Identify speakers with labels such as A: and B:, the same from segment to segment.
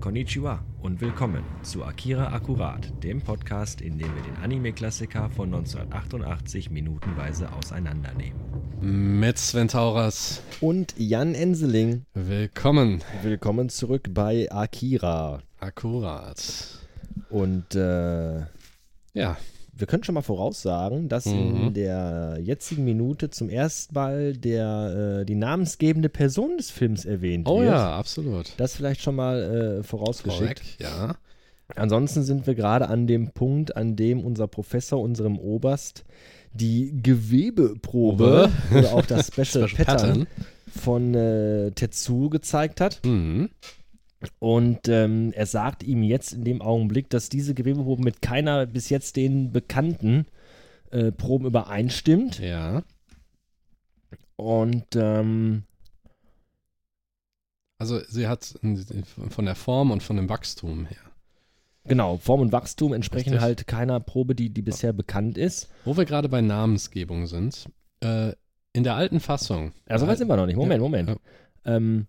A: Konnichiwa und willkommen zu Akira Akkurat, dem Podcast, in dem wir den Anime-Klassiker von 1988 minutenweise auseinandernehmen.
B: Mit Sven Tauras.
C: Und Jan Enseling.
B: Willkommen,
C: Willkommen zurück bei Akira.
B: akkurat.
C: Und äh,
B: Ja,
C: wir können schon mal voraussagen, dass
B: Mhm.
C: in der jetzigen Minute zum ersten Mal der, äh, die namensgebende Person des Films erwähnt
B: oh
C: wird.
B: ja, absolut.
C: Das vielleicht schon mal äh, vorausgeschickt.
B: Korrekt, ja.
C: Ansonsten sind wir gerade an dem Punkt, an dem unser Professor, unserem Oberst, die Gewebeprobe oder auch das Special,
B: Special
C: Pattern,
B: Pattern.
C: von äh, Tetsu gezeigt hat.
B: Mhm.
C: Und ähm, er sagt ihm jetzt in dem Augenblick, dass diese Gewebeprobe mit keiner bis jetzt den bekannten äh, Proben übereinstimmt.
B: Ja.
C: Und ähm,
B: Also sie hat n- von der Form und von dem Wachstum her.
C: genau, Form und Wachstum entsprechen
B: Richtig.
C: halt keiner Probe, die, die bisher bekannt ist.
B: Wo wir gerade bei Namensgebung sind, äh, in der alten Fassung.
C: Also weit sind wir noch nicht. Moment, Moment.
B: Ja.
C: Ähm,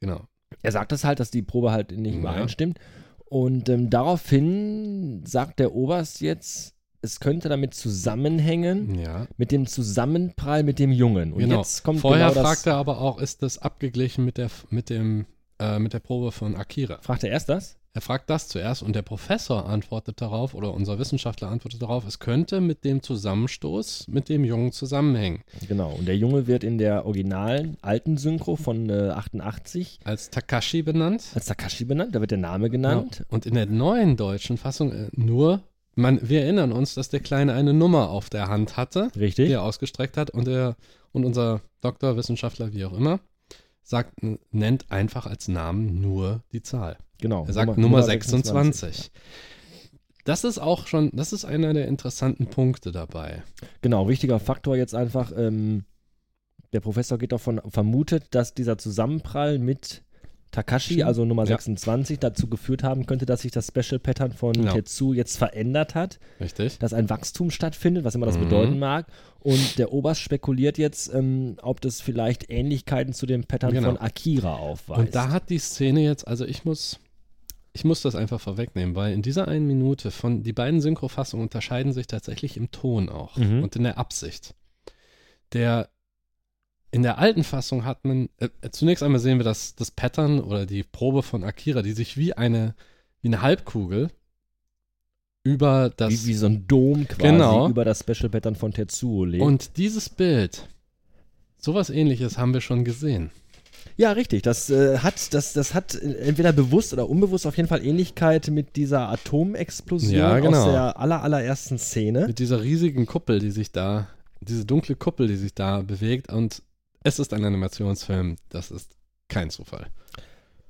B: Genau.
C: er sagt es halt, dass die Probe halt nicht
B: Ja.
C: übereinstimmt. Und ähm, daraufhin sagt der Oberst jetzt, es könnte damit zusammenhängen
B: Ja.
C: mit dem Zusammenprall mit dem Jungen. Und
B: Mhm. genau.
C: jetzt kommt
B: Vorher
C: genau das,
B: fragt er aber auch, ist das abgeglichen mit der mit dem äh, mit der Probe von Akira?
C: fragt er erst das?
B: Er fragt das zuerst und der Professor antwortet darauf oder unser Wissenschaftler antwortet darauf, es könnte mit dem Zusammenstoß mit dem Jungen zusammenhängen.
C: Genau, und der Junge wird in der originalen alten Synchro von äh, 88
B: Als Takashi benannt.
C: als Takashi benannt, da wird der Name genannt.
B: Ja. Und in der neuen deutschen Fassung äh, nur, man, wir erinnern uns, dass der Kleine eine Nummer auf der Hand hatte,
C: Richtig?
B: die er ausgestreckt hat und, er, und unser Doktor, Wissenschaftler, wie auch immer, sagt, nennt einfach als Namen nur die Zahl.
C: Genau.
B: Er sagt Nummer, 26. Das ist auch schon, das ist einer der interessanten Punkte dabei.
C: Genau, wichtiger Faktor jetzt einfach, ähm, der Professor geht davon, vermutet, dass dieser Zusammenprall mit Takashi, also Nummer
B: Ja.
C: 26, dazu geführt haben könnte, dass sich das Special Pattern von
B: Genau.
C: Tetsu jetzt verändert hat,
B: Richtig?
C: dass ein Wachstum stattfindet, was immer das
B: Mhm.
C: bedeuten mag. Und der Oberst spekuliert jetzt, ähm, ob das vielleicht Ähnlichkeiten zu dem Pattern
B: Genau.
C: von Akira aufweist.
B: Und da hat die Szene jetzt, also ich muss, ich muss das einfach vorwegnehmen, weil in dieser einen Minute von die beiden Synchrofassungen unterscheiden sich tatsächlich im Ton auch
C: Mhm.
B: und in der Absicht. Der in der alten Fassung hat man äh, zunächst einmal sehen wir das, das Pattern oder die Probe von Akira, die sich wie eine wie eine Halbkugel über das
C: wie, wie so ein Dom quasi
B: Genau.
C: über das Special Pattern von Tetsuo legt.
B: und dieses Bild, sowas Ähnliches haben wir schon gesehen.
C: ja, richtig. Das, äh, hat, das, das hat äh, entweder bewusst oder unbewusst auf jeden Fall Ähnlichkeit mit dieser Atomexplosion
B: Ja,
C: aus
B: genau.
C: der aller, allerersten Szene.
B: Mit dieser riesigen Kuppel, die sich da, diese dunkle Kuppel, die sich da bewegt. Und es ist ein Animationsfilm. Das ist kein Zufall.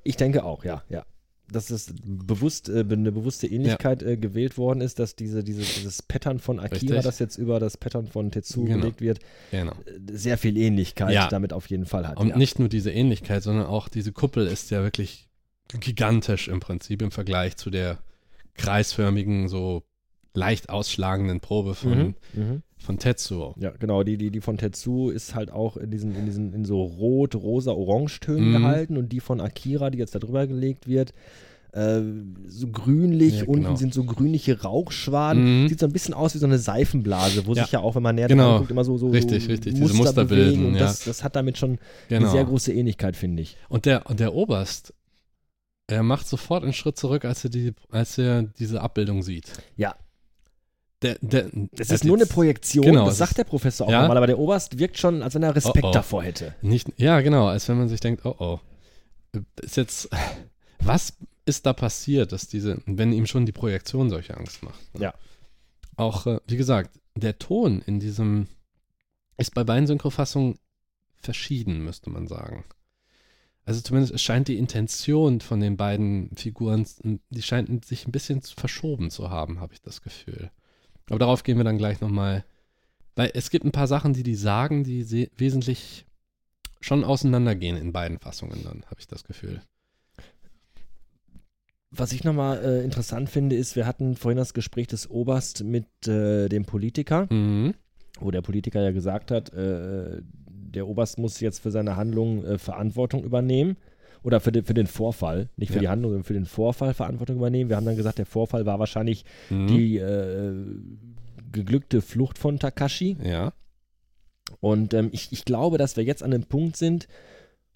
C: Ich denke auch, ja, ja. Dass es bewusst, äh, eine bewusste Ähnlichkeit äh, gewählt worden ist, dass diese, diese, dieses Pattern von Akira,
B: Richtig.
C: das jetzt über das Pattern von Tetsuo
B: Genau.
C: gelegt wird,
B: Genau.
C: äh, sehr viel Ähnlichkeit
B: Ja.
C: damit auf jeden Fall hat.
B: Und
C: ja.
B: nicht nur diese Ähnlichkeit, sondern auch diese Kuppel ist ja wirklich gigantisch im Prinzip im Vergleich zu der kreisförmigen, so leicht ausschlagenden Probe von,
C: Mhm. Mhm.
B: von Tetsuo.
C: Ja, genau, die, die, die von Tetsu ist halt auch in diesen, in diesen, in so rot, rosa, orange Tönen
B: Mhm.
C: gehalten und die von Akira, die jetzt da drüber gelegt wird, äh, so grünlich,
B: Ja, genau.
C: unten sind so grünliche Rauchschwaden.
B: Mhm.
C: Sieht so ein bisschen aus wie so eine Seifenblase, wo
B: Ja.
C: sich ja auch, wenn man näher
B: Genau.
C: dran guckt, immer so, so,
B: Richtig,
C: so
B: richtig, diese Muster bilden,
C: bewegen. Und
B: ja.
C: das, das hat damit schon eine
B: Genau.
C: sehr große Ähnlichkeit, finde ich.
B: Und der, und der Oberst, er macht sofort einen Schritt zurück, als er, die, als er diese Abbildung sieht.
C: Ja.
B: Der, der,
C: Das
B: er
C: ist
B: hat
C: nur eine
B: jetzt-
C: Projektion,
B: Genau,
C: das
B: es
C: sagt
B: ist-
C: der Professor auch
B: Ja.
C: nochmal, aber der Oberst wirkt schon, als wenn er Respekt
B: Oh, oh.
C: davor hätte.
B: Nicht, ja, genau, als wenn man sich denkt, oh oh, ist jetzt, was ist da passiert, dass diese, wenn ihm schon die Projektion solche Angst macht? ne?
C: Ja.
B: Auch, äh, wie gesagt, der Ton in diesem ist bei beiden Synchrofassungen verschieden, müsste man sagen. Also zumindest es scheint die Intention von den beiden Figuren, die scheint sich ein bisschen zu- verschoben zu haben, habe ich das Gefühl. Aber darauf gehen wir dann gleich nochmal. Weil es gibt ein paar Sachen, die die sagen, die se- wesentlich schon auseinandergehen in beiden Fassungen dann, habe ich das Gefühl.
C: Was ich nochmal äh, interessant finde, ist, wir hatten vorhin das Gespräch des Oberst mit äh, dem Politiker,
B: Mhm.
C: wo der Politiker ja gesagt hat, äh, der Oberst muss jetzt für seine Handlungen äh, Verantwortung übernehmen. oder für den, für den Vorfall, nicht für
B: Ja.
C: die Handlung, sondern für den Vorfall Verantwortung übernehmen. Wir haben dann gesagt, der Vorfall war wahrscheinlich
B: Mhm.
C: die äh, geglückte Flucht von Takashi.
B: ja.
C: Und ähm, ich, ich glaube, dass wir jetzt an einem Punkt sind,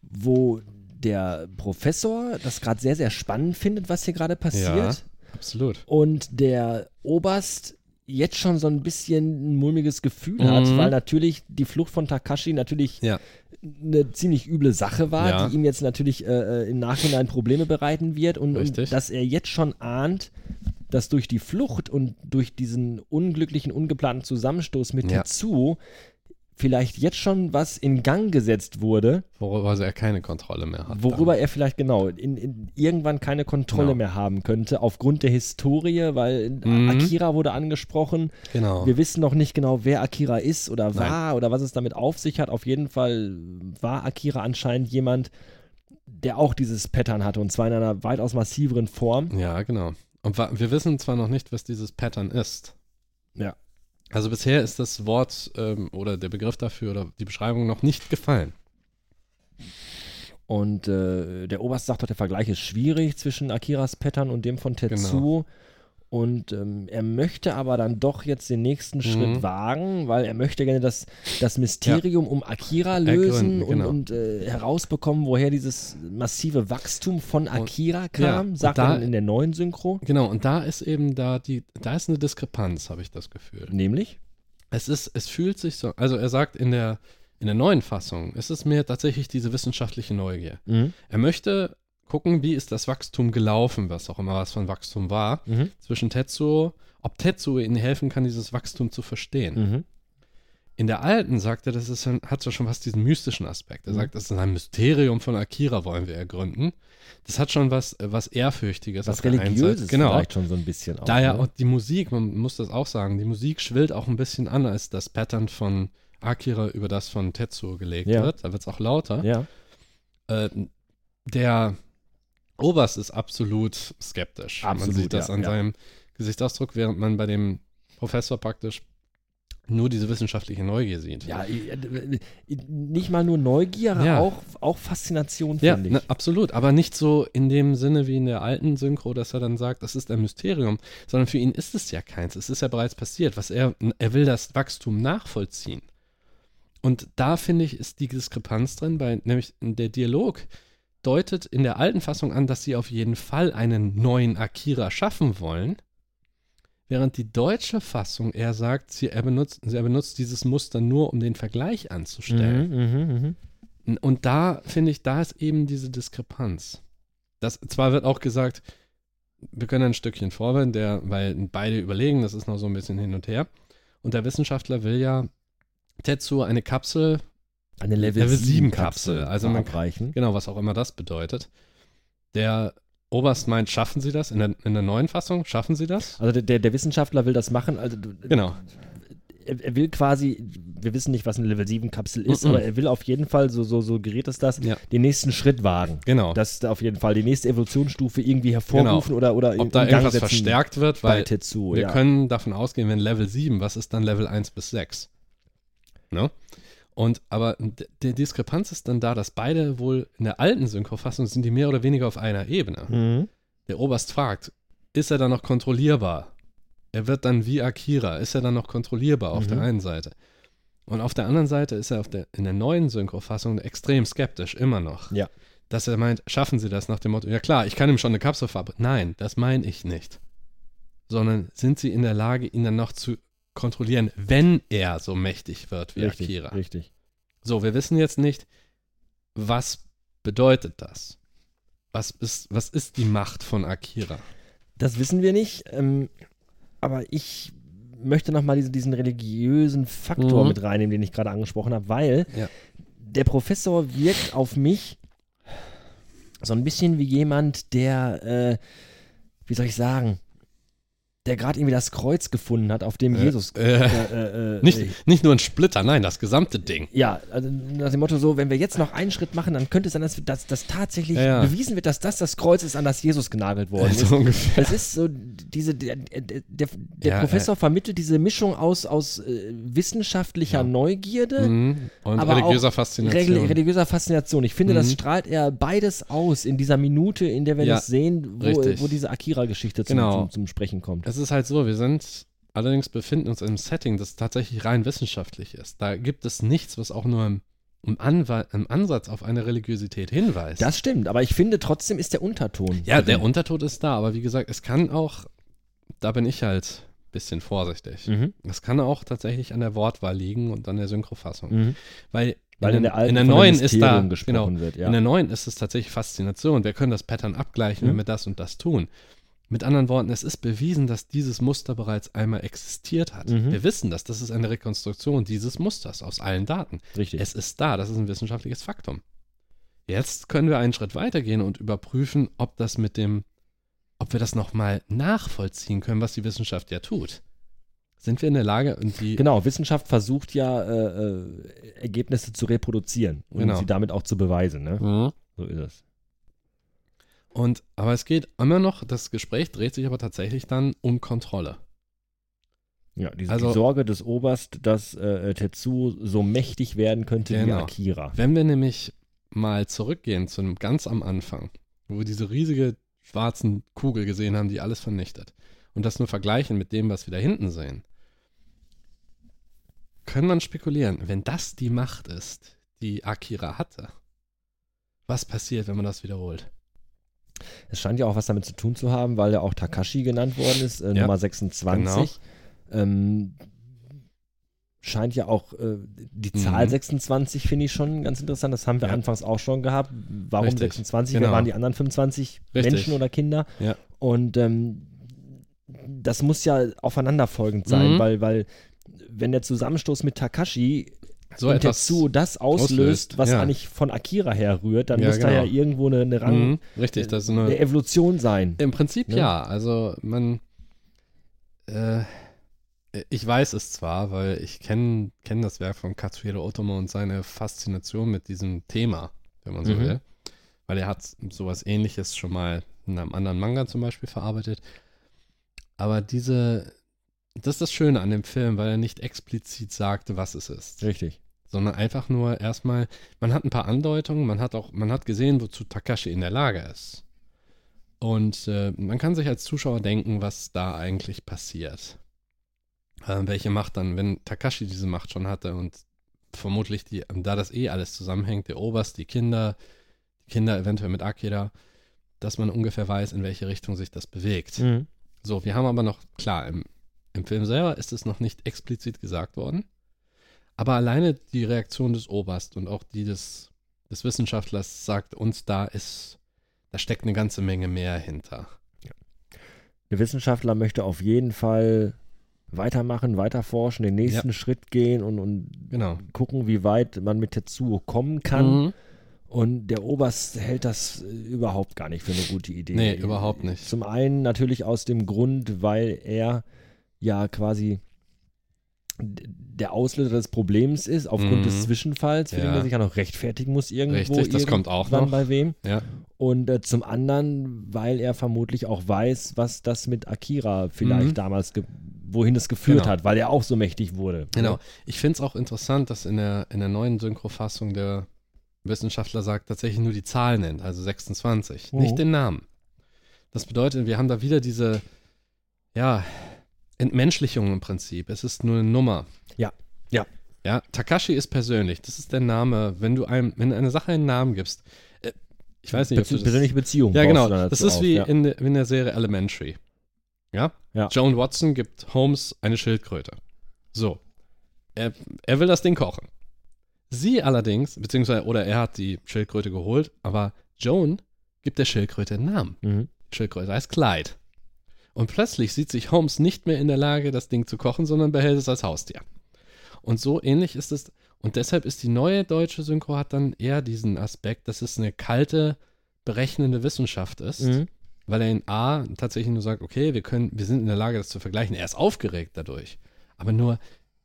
C: wo der Professor das gerade sehr, sehr spannend findet, was hier gerade passiert.
B: Ja. Absolut.
C: Und der Oberst jetzt schon so ein bisschen ein mulmiges Gefühl hat,
B: Mhm.
C: weil natürlich die Flucht von Takashi natürlich
B: Ja.
C: eine ziemlich üble Sache war,
B: Ja.
C: die ihm jetzt natürlich äh, äh, im Nachhinein Probleme bereiten wird und,
B: Richtig.
C: und dass er jetzt schon ahnt, dass durch die Flucht und durch diesen unglücklichen, ungeplanten Zusammenstoß mit
B: Ja.
C: Tetsuo vielleicht jetzt schon was in Gang gesetzt wurde,
B: Worüber er keine Kontrolle mehr hat.
C: worüber er vielleicht genau in, in irgendwann keine Kontrolle
B: Genau.
C: mehr haben könnte, aufgrund der Historie, weil
B: Mhm.
C: Akira wurde angesprochen.
B: dann. Genau.
C: Wir wissen noch nicht genau, wer Akira ist oder
B: Nein.
C: war oder was es damit auf sich hat. Auf jeden Fall war Akira anscheinend jemand, der auch dieses Pattern hatte und zwar in einer weitaus massiveren Form.
B: Ja, genau. Und wa- wir wissen zwar noch nicht, was dieses Pattern ist.
C: Ja.
B: Also bisher ist das Wort ähm, oder der Begriff dafür oder die Beschreibung noch nicht gefallen.
C: Und äh, der Oberst sagt doch, der Vergleich ist schwierig zwischen Akiras Pattern und dem von Tetsuo.
B: Genau.
C: Und ähm, er möchte aber dann doch jetzt den
B: Mhm.
C: nächsten Schritt wagen, weil er möchte gerne das, das Mysterium um Akira lösen
B: Ergründen, genau.
C: und, und äh, herausbekommen, woher dieses massive Wachstum von Akira
B: ja,
C: kam,
B: und
C: sagt
B: da-
C: er dann in der neuen Synchro.
B: Genau, und da ist eben da die, da ist eine Diskrepanz, habe ich das Gefühl.
C: Nämlich?
B: Es ist, es fühlt sich so, also er sagt in der, in der neuen Fassung, es ist mir tatsächlich diese wissenschaftliche Neugier. Er möchte gucken, wie ist das Wachstum gelaufen, was auch immer was von Wachstum war,
C: Mhm.
B: zwischen Tetsuo, ob Tetsuo ihnen helfen kann, dieses Wachstum zu verstehen.
C: Mhm.
B: In der alten sagt er, das ist, ein- hat so schon fast diesen mystischen Aspekt. Er
C: Mhm.
B: sagt, das ist ein Mysterium von Akira, wollen wir ergründen. Das hat schon was, äh, was Ehrfürchtiges.
C: Was
B: auf der einen
C: Religiöses
B: Seite. Genau.
C: vielleicht schon so ein bisschen auch.
B: Da ja
C: ne?
B: auch die Musik, man muss das auch sagen, die Musik schwillt auch ein bisschen an, als das Pattern von Akira über das von Tetsuo gelegt
C: Ja.
B: wird. Da wird es auch lauter.
C: Ja.
B: Äh, der Oberst ist absolut skeptisch.
C: Absolut,
B: man sieht das
C: ja,
B: an
C: ja.
B: seinem Gesichtsausdruck, während man bei dem Professor praktisch nur diese wissenschaftliche Neugier sieht.
C: Ja, äh, äh, nicht mal nur Neugier,
B: Ja.
C: auch, auch Faszination,
B: Ja,
C: finde ich.
B: ne, absolut. Aber nicht so in dem Sinne wie in der alten Synchro, dass er dann sagt, das ist ein Mysterium, sondern für ihn ist es ja keins. Es ist ja bereits passiert. Was er, er will das Wachstum nachvollziehen. Und da finde ich, ist die Diskrepanz drin, weil nämlich der Dialog deutet in der alten Fassung an, dass sie auf jeden Fall einen neuen Akira schaffen wollen. Während die deutsche Fassung eher sagt, sie, er, benutzt, er benutzt dieses Muster nur, um den Vergleich anzustellen.
C: Mhm, mhm, mhm.
B: N- Und da finde ich, da ist eben diese Diskrepanz. Das zwar wird auch gesagt, wir können ein Stückchen vorwählen, der, weil beide überlegen, das ist noch so ein bisschen hin und her. Und der Wissenschaftler will ja Tetsuo eine Kapsel,
C: Eine Level,
B: Level
C: 7
B: 7
C: Kapsel.
B: Kapsel. Also man-
C: abreichen.
B: genau, was auch immer das bedeutet. Der Oberst meint, schaffen sie das? In der, in der neuen Fassung, schaffen sie das?
C: Also der- der, der Wissenschaftler will das machen, also du-
B: Genau.
C: er, er will quasi, wir wissen nicht, was eine Level 7 Kapsel ist,
B: Mhm.
C: aber er will auf jeden Fall, so, so, so gerät es das,
B: Ja.
C: den nächsten Schritt wagen.
B: Genau.
C: Dass da auf jeden Fall die nächste Evolutionsstufe irgendwie hervorrufen oder, oder in-
B: Ob da
C: in Gang
B: irgendwas
C: setzen
B: verstärkt wird,
C: bei
B: weil
C: Tetsuo.
B: Wir
C: ja.
B: können davon ausgehen, wenn Level 7, was ist dann Level 1 bis 6? Ne? Und aber d- die Diskrepanz ist dann da, dass beide wohl in der alten Synchrofassung sind die mehr oder weniger auf einer Ebene.
C: Mhm.
B: Der Oberst fragt, ist er dann noch kontrollierbar? Er wird dann wie Akira, ist er dann noch kontrollierbar auf
C: Mhm.
B: der einen Seite. Und auf der anderen Seite ist er auf der, in der neuen Synchrofassung extrem skeptisch, immer noch.
C: Ja.
B: Dass er meint, schaffen Sie das nach dem Motto, ja klar, ich kann ihm schon eine Kapsel fabrizieren. Nein, das meine ich nicht. Sondern sind Sie in der Lage, ihn dann noch zu kontrollieren, wenn er so mächtig wird wie
C: Richtig,
B: Akira?
C: richtig.
B: So, wir wissen jetzt nicht, was bedeutet das? Was ist, was ist die Macht von Akira?
C: Das wissen wir nicht, ähm, aber ich möchte nochmal diesen, diesen religiösen Faktor
B: Mhm.
C: mit reinnehmen, den ich gerade angesprochen habe, weil
B: Ja.
C: der Professor wirkt auf mich so ein bisschen wie jemand, der, äh, wie soll ich sagen, der gerade irgendwie das Kreuz gefunden hat, auf dem Jesus.
B: Äh,
C: äh, äh, äh,
B: nicht, nicht nur ein Splitter, nein, das gesamte Ding.
C: ja, also nach dem Motto so, wenn wir jetzt noch einen Schritt machen, dann könnte es sein, dass, dass, dass tatsächlich
B: Ja, Also, ja.
C: bewiesen wird, dass das das Kreuz ist, an das Jesus genagelt worden ist.
B: So ungefähr.
C: Es ist so diese der, der, der
B: Ja, äh.
C: Professor vermittelt diese Mischung aus aus äh, wissenschaftlicher Neugierde,
B: Mhm. Und
C: aber
B: religiöser
C: auch
B: Faszination.
C: reli- religiöser Faszination. Ich finde, das
B: Mhm.
C: strahlt er beides aus in dieser Minute, in der wir
B: Ja,
C: das sehen, wo,
B: richtig.
C: wo diese Akira-Geschichte zum,
B: Genau.
C: zum, zum Sprechen kommt.
B: Es ist halt so, wir sind, allerdings befinden uns in einem Setting, das tatsächlich rein wissenschaftlich ist. Da gibt es nichts, was auch nur im, im, Anwe im Ansatz auf eine Religiosität hinweist.
C: Das Mhm. stimmt, aber ich finde trotzdem ist der Unterton.
B: ja, der Untertod ist da, aber wie gesagt, es kann auch, da bin ich halt ein bisschen vorsichtig.
C: Mhm.
B: Es kann auch tatsächlich an der Wortwahl liegen und an der Synchrofassung.
C: Mhm.
B: Weil,
C: Weil in der alten
B: in der
C: von dem
B: neuen ist da,
C: Mysterium gesprochen
B: genau,
C: wird, ja.
B: in der neuen ist es tatsächlich Faszination. Wir können das Pattern abgleichen, wenn
C: Mhm.
B: wir das und das tun. Mit anderen Worten, es ist bewiesen, dass dieses Muster bereits einmal existiert hat.
C: Mhm.
B: Wir wissen das. Das ist eine Rekonstruktion dieses Musters aus allen Daten.
C: Richtig.
B: Es ist da. Das ist ein wissenschaftliches Faktum. Jetzt können wir einen Schritt weitergehen und überprüfen, ob das mit dem, ob wir das nochmal nachvollziehen können, was die Wissenschaft ja tut. Sind wir in der Lage, und die
C: Genau, Wissenschaft versucht ja, äh, äh, Ergebnisse zu reproduzieren und
B: Genau.
C: sie damit auch zu beweisen. Ne?
B: Mhm.
C: So ist es.
B: Und, aber es geht immer noch, das Gespräch dreht sich aber tatsächlich dann um Kontrolle.
C: Ja, die,
B: Also-
C: die Sorge des Oberst, dass äh, Tetsu so mächtig werden könnte wie
B: Genau.
C: Akira.
B: Wenn wir nämlich mal zurückgehen zu einem ganz am Anfang, wo wir diese riesige schwarzen Kugel gesehen haben, die alles vernichtet, und das nur vergleichen mit dem, was wir da hinten sehen, kann man spekulieren, wenn das die Macht ist, die Akira hatte, was passiert, wenn man das wiederholt?
C: Es scheint ja auch was damit zu tun zu haben, weil ja auch Takashi genannt worden ist, äh,
B: Ja, Genau.
C: Nummer 26. Ähm, scheint ja auch äh, die Zahl
B: Mhm.
C: 26 finde ich schon ganz interessant. Das haben wir
B: Ja.
C: anfangs auch schon gehabt. Warum
B: Richtig,
C: 26?
B: genau.
C: Wer waren die anderen 25
B: Richtig.
C: Menschen oder Kinder?
B: Ja.
C: Und ähm, das muss ja aufeinanderfolgend sein,
B: Mhm.
C: weil, weil wenn der Zusammenstoß mit Takashi
B: So
C: und
B: etwas. Mhm,
C: Tetsuo das auslöst,
B: auslöst,
C: was
B: ja.
C: eigentlich von Akira herrührt, dann
B: Ja,
C: muss da ja
B: genau.
C: irgendwo eine, eine Rang,
B: Mhm, Äh, richtig, das ist eine,
C: eine Evolution sein.
B: Im Prinzip
C: Ne?
B: ja. Also man, äh, ich weiß es zwar, weil ich kenne kenn das Werk von Katsuhiro Otomo und seine Faszination mit diesem Thema, wenn man so
C: Mhm.
B: will. Weil er hat sowas ähnliches schon mal in einem anderen Manga zum Beispiel verarbeitet. Aber diese, das ist das Schöne an dem Film, weil er nicht explizit sagte, was es ist
C: Richtig.
B: sondern einfach nur erstmal, man hat ein paar Andeutungen, man hat auch, man hat gesehen, wozu Takashi in der Lage ist. Und äh, man kann sich als Zuschauer denken, was da eigentlich passiert. Äh, welche Macht dann, wenn Takashi diese Macht schon hatte und vermutlich die, da das eh alles zusammenhängt, der Oberst, die Kinder, die Kinder eventuell mit Akira, dass man ungefähr weiß, in welche Richtung sich das bewegt. So, wir haben aber noch, klar, im, im Film selber ist es noch nicht explizit gesagt worden. Aber alleine die Reaktion des Oberst und auch die des, des Wissenschaftlers sagt uns, da ist, da steckt eine ganze Menge mehr hinter.
C: Der Wissenschaftler möchte auf jeden Fall weitermachen, weiterforschen, den nächsten Schritt gehen und, und
B: Genau.
C: gucken, wie weit man mit Tetsuo kommen kann.
B: Mhm.
C: Und der Oberst hält das äh, überhaupt gar nicht für eine gute Idee.
B: Nee, überhaupt nicht.
C: Zum einen natürlich aus dem Grund, weil er ja quasi d- der Auslöser des Problems ist, aufgrund
B: Mhm.
C: des Zwischenfalls, für den
B: Ja.
C: er sich ja noch rechtfertigen muss irgendwo.
B: Richtig, das kommt auch
C: irgendwann
B: noch.
C: bei wem.
B: Ja,
C: Und äh, zum anderen, weil er vermutlich auch weiß, was das mit Akira vielleicht
B: Mhm.
C: damals, ge wohin es geführt
B: Genau.
C: hat, weil er auch so mächtig wurde.
B: genau. Ich finde es auch interessant, dass in der, in der neuen Synchrofassung der Wissenschaftler sagt, tatsächlich nur die Zahl nennt, also 26,
C: Mhm.
B: nicht den Namen. Das bedeutet, wir haben da wieder diese, ja, Entmenschlichung im Prinzip. Es ist nur eine Nummer.
C: Ja, ja.
B: Ja, Takashi ist persönlich. Das ist der Name. Wenn du einem, wenn du einer Sache einen Namen gibst, äh, ich weiß nicht, ob du
C: Persön
B: das,
C: persönliche Beziehung.
B: ja,
C: baust
B: genau.
C: du dann
B: Das
C: dazu
B: ist
C: auf,
B: wie
C: ja.
B: in, der- in der Serie Elementary. Ja?
C: Ja.
B: Joan Watson gibt Holmes eine Schildkröte. So. Er, er will das Ding kochen. Sie allerdings, beziehungsweise, oder er hat die Schildkröte geholt, aber Joan gibt der Schildkröte einen Namen.
C: Mhm.
B: Schildkröte heißt Clyde. Und plötzlich sieht sich Holmes nicht mehr in der Lage, das Ding zu kochen, sondern behält es als Haustier. Und so ähnlich ist es. Und deshalb ist die neue deutsche Synchro hat dann eher diesen Aspekt, dass es eine kalte, berechnende Wissenschaft ist,
C: Mhm.
B: weil er in A tatsächlich nur sagt, okay, wir können, wir sind in der Lage, das zu vergleichen. Er ist aufgeregt dadurch, aber nur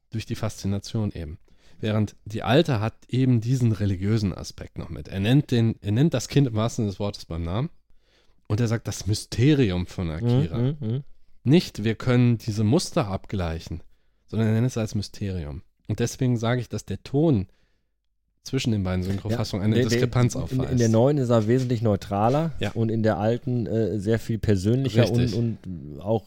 B: durch die Faszination eben. Während die Alte hat eben diesen religiösen Aspekt noch mit. Er nennt, den, er nennt das Kind im wahrsten Sinne des Wortes beim Namen und er sagt das Mysterium von Akira.
C: Mhm, mhm.
B: Nicht, wir können diese Muster abgleichen, sondern er nennt es als Mysterium. Und deswegen sage ich, dass der Ton zwischen den beiden Synchrofassungen eine
C: der- der-
B: Diskrepanz
C: in,
B: aufweist.
C: in der neuen ist er wesentlich neutraler
B: Ja.
C: und in der alten äh, sehr viel persönlicher und,
B: Richtig.
C: und auch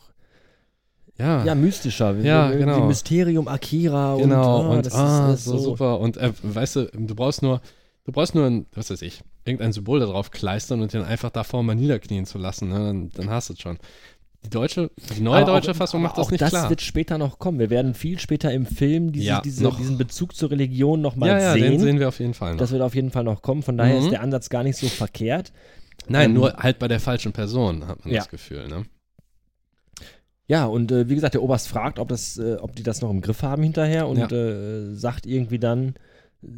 B: ja,
C: ja, mystischer.
B: Ja,
C: Irgendwie
B: genau.
C: Mysterium Akira
B: genau.
C: und,
B: Und,
C: ah, das ist
B: ah,
C: alles
B: so, super. Und äh, weißt du, du brauchst nur, du brauchst nur, ein, was weiß ich, irgendein Symbol da drauf kleistern und den einfach davor mal niederknien zu lassen. Ne? Dann, dann hast du es schon. Die deutsche, die neue
C: Aber auch-
B: deutsche Fassung
C: aber
B: macht das
C: auch
B: nicht
C: das
B: klar.
C: wird später noch kommen. Wir werden viel später im Film diese,
B: Ja,
C: diese,
B: noch.
C: diesen Bezug zur Religion nochmal
B: ja, ja,
C: sehen.
B: den sehen wir auf jeden Fall. Noch.
C: Das wird auf jeden Fall noch kommen. Von daher
B: Mhm.
C: ist der Ansatz gar nicht so verkehrt.
B: Nein,
C: ähm,
B: nur halt bei der falschen Person hat man
C: Ja.
B: das Gefühl. Ne?
C: Ja, und äh, wie gesagt, der Oberst fragt, ob, das, äh, ob die das noch im Griff haben hinterher und
B: Ja.
C: äh, sagt irgendwie dann, äh,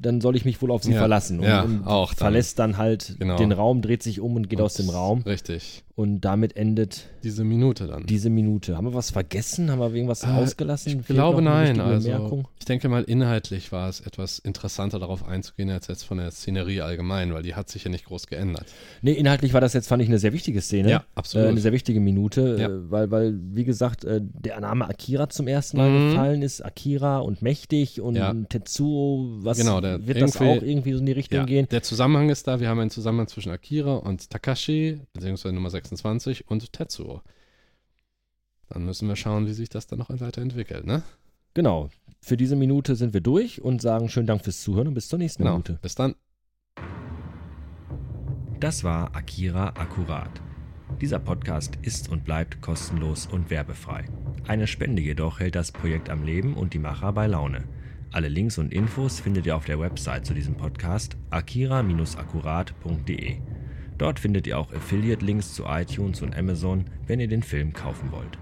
C: dann soll ich mich wohl auf sie
B: Ja,
C: verlassen. Und,
B: ja,
C: und
B: auch dann.
C: verlässt dann halt
B: Genau.
C: den Raum, dreht sich um und geht aus dem Raum.
B: Richtig.
C: Und damit endet
B: Diese Minute dann.
C: diese Minute. Haben wir was vergessen? Haben wir irgendwas
B: Äh,
C: ausgelassen?
B: Ich
C: Fehlt
B: glaube
C: noch eine
B: nein.
C: wichtige
B: Also,
C: Bemerkung?
B: ich denke mal, inhaltlich war es etwas interessanter darauf einzugehen, als jetzt von der Szenerie allgemein, weil die hat sich ja nicht groß geändert.
C: Nee, inhaltlich war das jetzt, fand ich, eine sehr wichtige Szene.
B: Ja, absolut.
C: Äh, eine sehr wichtige Minute,
B: Ja.
C: äh, weil, weil, wie gesagt, äh, der Name Akira zum ersten Mal
B: Mhm.
C: gefallen ist. Akira und mächtig und
B: Ja.
C: Tetsuo, was
B: Genau, der-
C: wird das
B: irgendwie-
C: auch irgendwie so in die Richtung
B: Ja,
C: gehen?
B: der Zusammenhang ist da. Wir haben einen Zusammenhang zwischen Akira und Takashi, beziehungsweise Nummer 26 und Tetsuo. Dann müssen wir schauen, wie sich das dann noch weiterentwickelt, ne?
C: Genau. Für diese Minute sind wir durch und sagen schönen Dank fürs Zuhören und bis zur nächsten
B: Genau.
C: Minute.
B: Bis dann.
A: Das war Akira Akkurat. Dieser Podcast ist und bleibt kostenlos und werbefrei. Eine Spende jedoch hält das Projekt am Leben und die Macher bei Laune. Alle Links und Infos findet ihr auf der Website zu diesem Podcast akira-akkurat.de. Dort findet ihr auch Affiliate-Links zu iTunes und Amazon, wenn ihr den Film kaufen wollt.